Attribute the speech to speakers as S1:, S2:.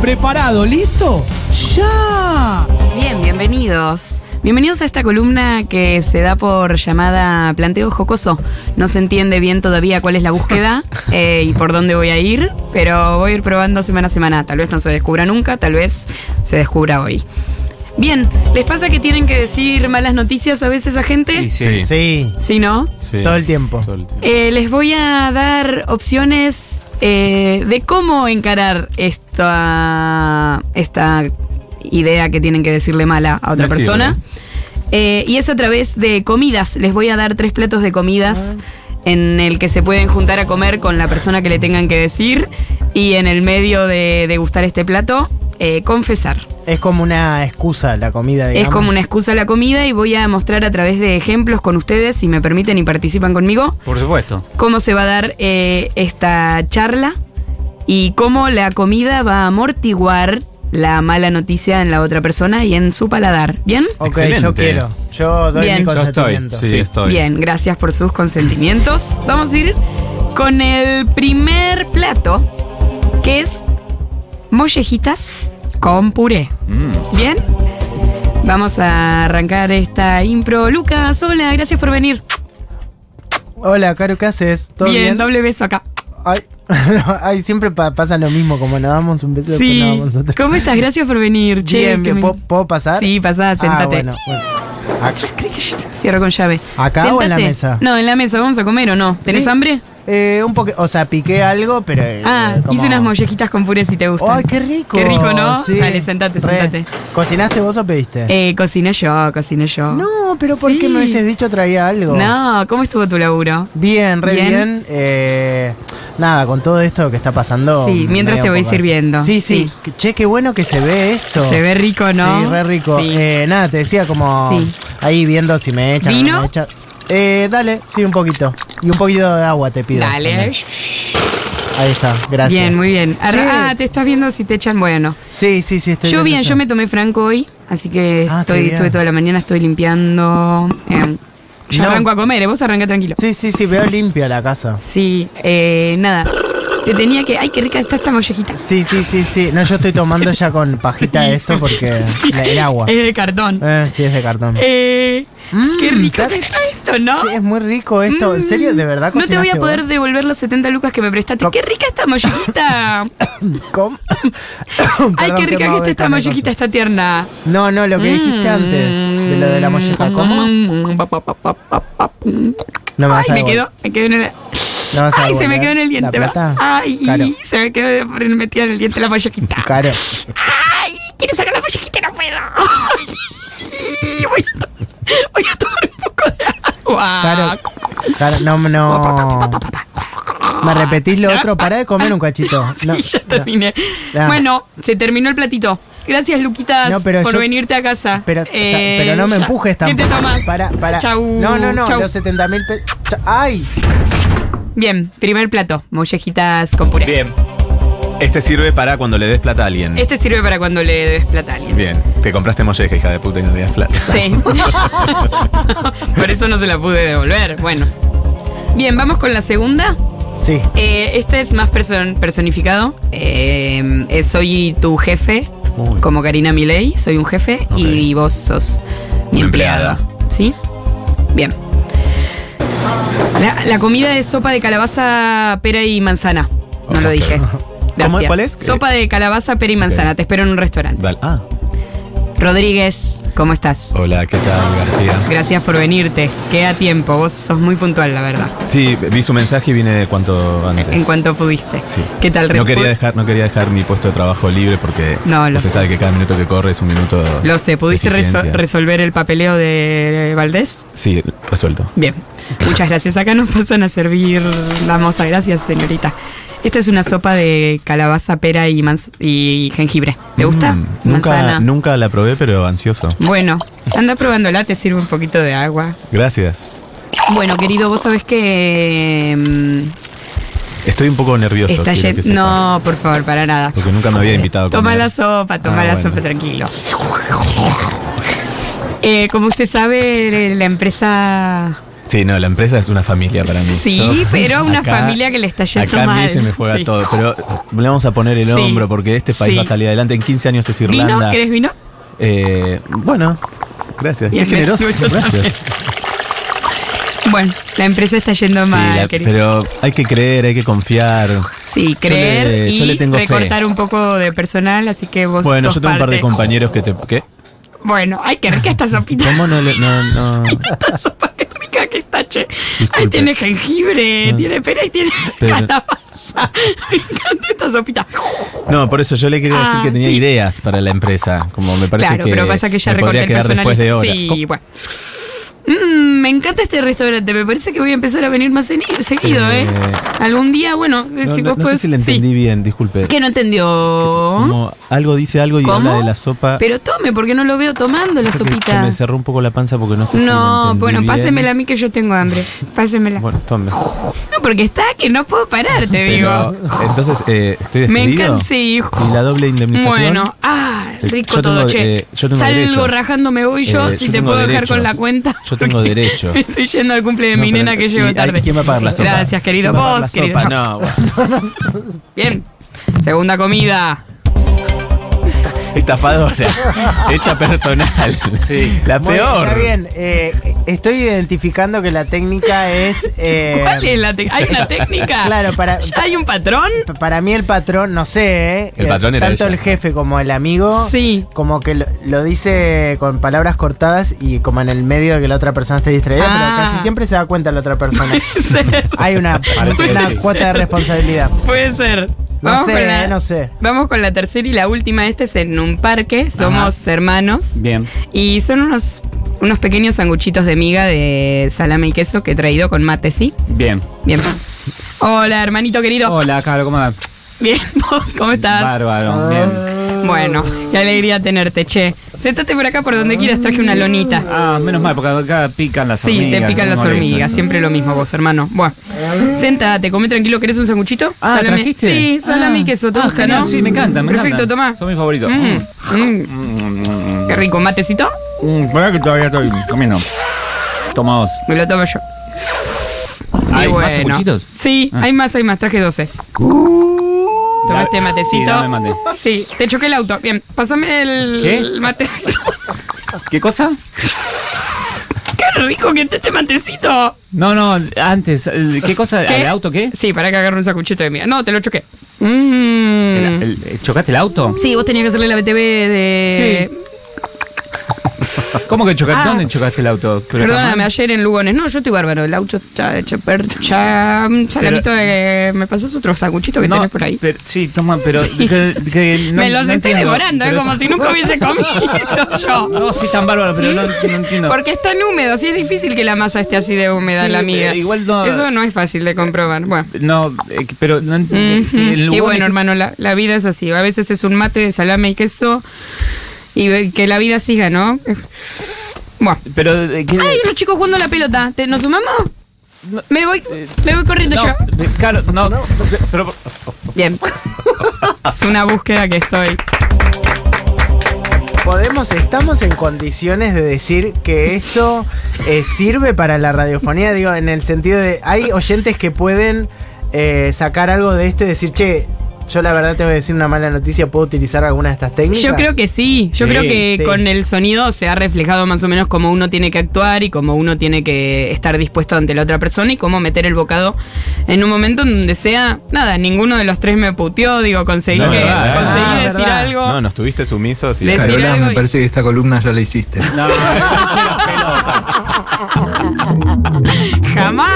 S1: preparado, ¿listo? ¡Ya!
S2: Bien, bienvenidos. Bienvenidos a esta columna que se da por llamada Planteo Jocoso. No se entiende bien todavía cuál es la búsqueda eh, y por dónde voy a ir, pero voy a ir probando semana a semana. Tal vez no se descubra nunca, tal vez se descubra hoy. Bien, ¿les pasa que tienen que decir malas noticias a veces a gente?
S3: Sí.
S4: Sí,
S2: ¿Sí no?
S3: Sí.
S4: todo el tiempo.
S3: Todo el tiempo.
S2: Eh, les voy a dar opciones eh, de cómo encarar esta, esta idea que tienen que decirle mala a otra
S3: Me sirve.
S2: persona. Eh, y es a través de comidas. Les voy a dar tres platos de comidas en el que se pueden juntar a comer con la persona que le tengan que decir y en el medio de degustar este plato, eh, confesar.
S4: Es como una excusa la comida, digamos.
S2: Es como una excusa la comida y voy a mostrar a través de ejemplos con ustedes, si me permiten y participan conmigo,
S3: Por supuesto.
S2: cómo se va a dar eh, esta charla y cómo la comida va a amortiguar la mala noticia en la otra persona y en su paladar. ¿Bien?
S4: Ok,
S3: Excelente.
S4: yo quiero. Yo doy
S2: Bien.
S4: mi
S2: Yo
S3: Yo estoy.
S4: consentimiento.
S3: Sí, estoy.
S2: Bien, gracias por sus consentimientos. Vamos a ir con el primer plato, que es mollejitas con puré.
S3: Mm.
S2: ¿Bien? Vamos a arrancar esta impro. Lucas, hola, gracias por venir.
S4: Hola, Caro, ¿qué haces? ¿Todo
S2: bien,
S4: bien?
S2: doble beso acá.
S4: Ay, ay, siempre pa- pasa lo mismo, como nos damos un beso, después nos
S2: Sí.
S4: damos otro.
S2: ¿Cómo estás? Gracias por venir, che.
S4: Bien,
S2: que
S4: bien,
S2: me-
S4: ¿puedo, puedo pasar?
S2: Sí, pasá, sentate.
S4: Ah, bueno, bueno. Ah, Ac-
S2: Cierro con llave.
S4: ¿Acá o en la
S2: Sentate.
S4: mesa?
S2: No, en la mesa. ¿Vamos a comer o no? ¿Tenés
S4: Sí.
S2: hambre?
S4: eh, un poco, o sea, piqué algo, pero. eh,
S2: Ah,
S4: como-
S2: hice unas mollejitas con puré si te gustan.
S4: ¡Ay, qué rico!
S2: Qué rico, ¿no?
S4: Sí.
S2: Dale, sentate,
S4: Re.
S2: sentate.
S4: ¿Cocinaste vos o pediste?
S2: Eh, cociné yo, cociné yo.
S4: no, pero ¿por
S2: Sí.
S4: qué me hubieses dicho traía algo?
S2: No, ¿cómo estuvo tu laburo?
S4: Bien, re
S2: Bien.
S4: bien. Eh, nada, con todo esto que está pasando.
S2: Sí,
S4: me
S2: mientras
S4: da
S2: te
S4: un
S2: voy
S4: poco de-
S2: sirviendo.
S4: Sí, sí,
S2: Sí.
S4: Que- Che, qué bueno que se ve esto.
S2: Se ve rico, ¿no?
S4: Sí, re rico.
S2: Sí.
S4: Eh, nada, te decía como
S2: Sí.
S4: ahí viendo si me echan. o no
S2: ¿Vino?
S4: me echan. Eh, dale, sí, un poquito. Y un poquito de agua te pido.
S2: Dale.
S4: También. Ahí está, gracias.
S2: Bien, muy bien. Arra-
S4: Che.
S2: Ah, te estás viendo si te echan bueno.
S4: Sí, sí, sí, estoy
S2: yo
S4: viendo
S2: bien,
S4: eso.
S2: yo me tomé franco hoy, así que
S4: Ah, qué
S2: estoy,
S4: bien.
S2: estuve toda la mañana, estoy limpiando. eh, ya
S4: No.
S2: arranco a comer, eh, vos arranca tranquilo.
S4: Sí, sí, sí, veo limpia la casa.
S2: Sí, eh, nada. Te tenía que. Ay, qué rica está esta mollejita.
S4: Sí, sí, sí, sí. No, yo estoy tomando ya con pajita de esto porque Eh, la- el agua.
S2: Es de cartón.
S4: Eh, sí, es de cartón.
S2: Eh,
S4: Mm,
S2: qué rico
S4: está-
S2: que está esto, ¿no? Mm,
S4: Sí, es muy rico esto. ¿En serio? ¿De verdad
S2: No te voy a
S4: cocinaste
S2: poder
S4: vos?
S2: devolver los 70 lucas que me prestaste.
S4: Com-
S2: ¡Qué rica esta mollejita!
S4: ¿Cómo?
S2: ¡Ay,
S4: Perdón,
S2: qué rica que
S4: mal
S2: está esta
S4: con la
S2: mollejita!
S4: cosa.
S2: Está tierna.
S4: No, no, lo que dijiste antes, de lo de la molleja, ¿cómo?
S2: Mm, pa, pa, pa, pa, pa, pa, pum.
S4: No me vas
S2: Ay,
S4: a
S2: me
S4: devolver.
S2: quedó, me quedó en el...
S4: No vas a
S2: Ay, se me
S4: devolver
S2: quedó en el
S4: la
S2: diente. va.
S4: plata.
S2: Ay,
S4: Caro.
S2: se me quedó metida en el diente la mollejita.
S4: Caro.
S2: ¡Ay! Quiero sacar la mollejita y no puedo. Ay, voy, a to- voy a tomar un poco de agua.
S4: Caro. Caro, no, no. ¿Me repetís lo otro? Pará de comer un cachito.
S2: Sí,
S4: No,
S2: ya
S4: no.
S2: terminé.
S4: no.
S2: Bueno, se terminó el platito. Gracias, Luquitas,
S4: No, pero
S2: por
S4: yo-
S2: venirte a casa.
S4: Pero,
S2: Eh,
S4: pero no
S2: ya.
S4: me empujes tampoco.
S2: ¿Qué te tomas?
S4: Para, para.
S2: Chau.
S4: No, no, no.
S2: chau.
S4: Los 70 mil pesos. Cha- ¡Ay!
S2: Bien, primer plato. Mollejitas con puré.
S5: Bien. Este sirve para cuando le des plata a alguien.
S2: Este sirve para cuando le des plata a alguien.
S5: Bien. Te compraste molleja, hija de puta, y no le das plata.
S2: Sí. Por eso no se la pude devolver. Bueno. Bien, vamos con la segunda.
S4: Sí.
S2: Eh, este es más person- personificado. Eh, eh, soy tu jefe,
S5: Uy.
S2: como Karina Milei. Soy un jefe
S5: Ok.
S2: y vos sos mi
S5: Una
S2: empleado.
S5: empleada.
S2: ¿Sí? Bien. La, la comida es sopa de calabaza, pera y manzana. No lo
S5: Ok.
S2: dije. Gracias.
S5: ¿Cómo es? Eh, ¿Cuál es?
S2: Sopa de calabaza, pera y manzana. Te espero en un restaurante.
S5: Dale. Ah.
S2: Rodríguez, ¿cómo estás?
S5: Hola, ¿qué tal, García?
S2: Gracias por venirte. Queda tiempo. Vos sos muy puntual, la verdad.
S5: Sí, vi su mensaje y vine cuanto antes.
S2: En cuanto pudiste.
S5: Sí.
S2: ¿Qué tal?
S5: no
S2: Respu-
S5: quería dejar No quería dejar mi puesto de trabajo libre porque
S2: No, lo
S5: usted
S2: sé.
S5: sabe que cada minuto que corre es un minuto.
S2: Lo sé, ¿pudiste
S5: de
S2: reso-
S5: eficiencia.
S2: resolver el papeleo de Valdés?
S5: Sí, resuelto.
S2: Bien, muchas gracias. Acá nos pasan a servir la moza. Gracias, señorita. Esta es una sopa de calabaza, pera y, manz- y jengibre. ¿Te gusta?
S5: Mm, nunca, nunca la probé, pero ansioso.
S2: Bueno, anda probándola, te sirve un poquito de agua.
S5: Gracias.
S2: Bueno, querido, vos sabés que... mm,
S5: Estoy un poco nervioso.
S2: Está
S5: quiero
S2: yen-
S5: que sepa.
S2: No, por favor, para nada.
S5: Porque nunca me había invitado a
S2: Toma
S5: comer.
S2: la sopa, toma
S5: Ah,
S2: la
S5: bueno.
S2: sopa, tranquilo. Eh, como usted sabe, la empresa
S5: Sí, no, la empresa es una familia para mí.
S2: Sí,
S5: Yo-
S2: pero una familia que le está yendo
S5: acá a
S2: mal.
S5: mí se me juega
S2: Sí.
S5: todo, pero le vamos a poner el
S2: Sí.
S5: hombro porque este país
S2: Sí.
S5: va a salir adelante. En 15 años es Irlanda.
S2: ¿Vino? ¿Querés vino?
S5: Eh, bueno, gracias.
S2: Bien,
S5: Qué generoso.
S2: gracias.
S5: Gracias.
S2: Bueno, la empresa está yendo
S5: Sí,
S2: mal,
S5: la-
S2: querido.
S5: pero hay que creer, hay que confiar.
S2: Sí,
S5: le-
S2: creer y
S5: yo le tengo fe.
S2: recortar un poco de personal, así que vos
S5: Bueno,
S2: sos
S5: yo tengo un par de
S2: parte.
S5: compañeros que te. ¿Qué?
S2: Bueno, ay, que rica esta sopita.
S5: ¿Cómo no le.? No, no.
S2: Esta sopa qué rica que está, che. Ahí
S5: Disculpe.
S2: tiene jengibre,
S5: Ah.
S2: tiene pera y tiene
S5: Pero-
S2: calabaza. Me encanta esta sopita.
S5: No, por eso yo le quería decir
S2: Ah,
S5: que tenía
S2: sí.
S5: ideas para la empresa. Como me parece
S2: claro,
S5: que.
S2: pero pasa que ya
S5: me
S2: recorté
S5: podría
S2: el
S5: quedar
S2: personal.
S5: después de hora.
S2: Sí,
S5: ¿Cómo?
S2: bueno. Mm, me encanta este restaurante, me parece que voy a empezar a venir más seni- seguido, ¿eh?
S5: Eh,
S2: Algún día, bueno, eh,
S5: No,
S2: si
S5: no-
S2: vos
S5: no sé
S2: podés-
S5: si le
S2: sí.
S5: entendí bien, disculpe.
S2: ¿Qué no entendió?
S5: Como algo dice algo y
S2: ¿Cómo?
S5: habla de la sopa.
S2: Pero tome, porque no lo veo tomando la
S5: Creo que
S2: sopita.
S5: Se me cerró un poco la panza porque no sé si. lo
S2: No,
S5: entendí
S2: bueno,
S5: bien.
S2: pásemela a mí que yo tengo hambre. Pásemela.
S5: Bueno, tome.
S2: No, porque está que no puedo parar, te
S5: Pero,
S2: digo.
S5: entonces, eh, estoy
S2: Me
S5: despedido.
S2: encanta, sí.
S5: ¿Y la doble indemnización?
S2: Bueno, ah,
S5: Eh,
S2: rico
S5: yo
S2: todo,
S5: tengo,
S2: che.
S5: eh, yo tengo
S2: Salgo
S5: derechos.
S2: rajando, me voy yo,
S5: Eh,
S2: si
S5: yo
S2: te
S5: tengo
S2: puedo dejar con la
S5: derechos.
S2: cuenta.
S5: Yo tengo
S2: porque
S5: derechos.
S2: Estoy yendo al cumple de
S5: No,
S2: mi
S5: pero-
S2: nena que llego
S5: ¿y-
S2: tarde.
S5: ay, ¿Quién va a pagar la sopa?
S2: Gracias, querido.
S5: ¿Quién va a pagar
S2: Vos,
S5: la
S2: querido.
S5: sopa? No, bueno.
S2: Bien. Segunda comida.
S5: Estafadora. Hecha personal. Sí. La
S4: Muy bien,
S5: peor.
S4: Está bien, eh, estoy identificando que la técnica es. eh,
S2: ¿Cuál es la te- ¿Hay una técnica?
S4: Claro, para-
S2: ¿Ya hay un patrón?
S4: P- Para mí el patrón, no sé, ¿eh?
S5: El
S4: Eh,
S5: patrón era
S4: Tanto
S5: ella.
S4: el jefe como el amigo.
S2: Sí.
S4: Como que lo, lo dice con palabras cortadas y como en el medio de que la otra persona esté distraída,
S2: Ah.
S4: pero casi siempre se da cuenta la otra persona.
S2: Puede ser.
S4: Hay una,
S5: Parece que
S4: una
S5: sí.
S4: cuota de responsabilidad.
S2: Puede ser.
S4: No
S2: Vamos
S4: sé,
S2: con la-
S4: eh, no sé.
S2: Vamos con la tercera y la última. Este es en un parque. Somos hermanos.
S3: Bien.
S2: Y son unos, unos pequeños sanguchitos de miga de salame y queso que he traído con mate, ¿sí?
S3: Bien.
S2: Bien. Hola, hermanito querido.
S3: Hola, Caro, ¿cómo andas?
S2: Bien, ¿vos cómo estás? Oh.
S3: Bárbaro, bien.
S2: Bueno, qué alegría tenerte, che. Séntate por acá por donde quieras, traje una lonita.
S3: Ah, menos mal, porque acá pican las
S2: Sí,
S3: hormigas.
S2: te pican
S3: me
S2: las
S3: molestan.
S2: hormigas, siempre lo mismo vos, hermano. Bueno, sentate, come tranquilo, ¿querés un sanguchito?
S3: Ah, ¿trajiste?
S2: Sí, salame y
S3: Ah.
S2: queso, ¿te
S3: Ah,
S2: gusta,
S3: genial,
S2: no?
S3: Sí, me encanta, me
S2: Perfecto,
S3: encanta.
S2: tomá.
S3: Son mis favoritos.
S2: Mm, mm,
S3: Mm.
S2: qué rico, matecito,
S3: Mm, pará que todavía estoy comiendo. Toma dos.
S2: me lo tomo yo.
S3: ¿Hay
S2: Y
S3: más sanguchitos?
S2: Sí,
S3: Ah. Uh.
S2: hay más, hay más, traje 12. Toma este matecito.
S3: Sí, dame mate.
S2: Sí, te choqué el auto. Bien, pásame el,
S3: ¿Qué?
S2: el matecito.
S3: ¿Qué cosa?
S2: Qué rico que esté este matecito.
S3: No, no, antes. el- ¿Qué cosa?
S2: ¿Qué?
S3: ¿El auto qué?
S2: Sí, para que agarre un sacuchito de mía. No, te lo choqué. Mm.
S3: El- el- ¿Chocaste el auto?
S2: Sí, vos tenías que hacerle la BTV de. Sí.
S3: ¿Cómo que chocaste?
S2: Ah.
S3: ¿Dónde chocaste el auto? ¿Pero
S2: Perdóname,
S3: jamás?
S2: ayer en Lugones. No, yo estoy bárbaro. El auto cha, cha, per- cha- salamito de. ¿Me pasas otro sacuchito que
S3: No,
S2: tenés por ahí?
S3: pero- sí, toma, pero. que- que no-
S2: Me los estoy
S3: no entiendo,
S2: devorando, ¿eh?
S3: pero
S2: como
S3: es-
S2: si nunca hubiese comido yo. ¿Mm?
S3: No, sí, tan bárbaro, pero no, no entiendo.
S2: Porque es tan húmedo, sí es difícil que la masa esté así de húmeda,
S3: Sí,
S2: la amiga.
S3: eh, igual no-
S2: Eso no es fácil de comprobar. Bueno.
S3: No, eh, pero no ent-
S2: Ujú.
S3: el
S2: Y
S3: lugar
S2: bueno,
S3: que-
S2: hermano, la, la vida es así. A veces es un mate de salame y queso. Y ve- que la vida siga, ¿no? Bueno.
S3: Pero eh, que-
S2: Hay unos chicos jugando a la pelota. ¿Te- ¿Nos sumamos? Me voy, me voy corriendo
S3: no,
S2: yo.
S3: eh, claro, no, pe- pero
S2: Bien. es una búsqueda que estoy.
S4: Podemos, estamos en condiciones de decir que esto eh, sirve para la radiofonía, digo, en el sentido de hay oyentes que pueden eh, sacar algo de esto y decir, che, yo la verdad te voy a decir una mala noticia, ¿puedo utilizar alguna de estas técnicas?
S2: Yo creo que sí. Yo
S3: Sí,
S2: creo que
S4: sí.
S2: con el sonido se ha reflejado más o menos cómo uno tiene que actuar y cómo uno tiene que estar dispuesto ante la otra persona y cómo meter el bocado en un momento en donde sea. Nada, ninguno de los tres me puteó. Digo, conseguí,
S5: No,
S2: que-
S5: verdad,
S2: conseguí
S4: verdad.
S2: decir
S4: Ah,
S2: algo.
S5: No, nos tuviste sumisos y.
S2: Les- decir
S6: Carola,
S2: algo
S6: me
S2: y-
S6: parece que esta columna ya la hiciste.
S3: no, no, no, no, no, no, no, no.
S2: Jamás.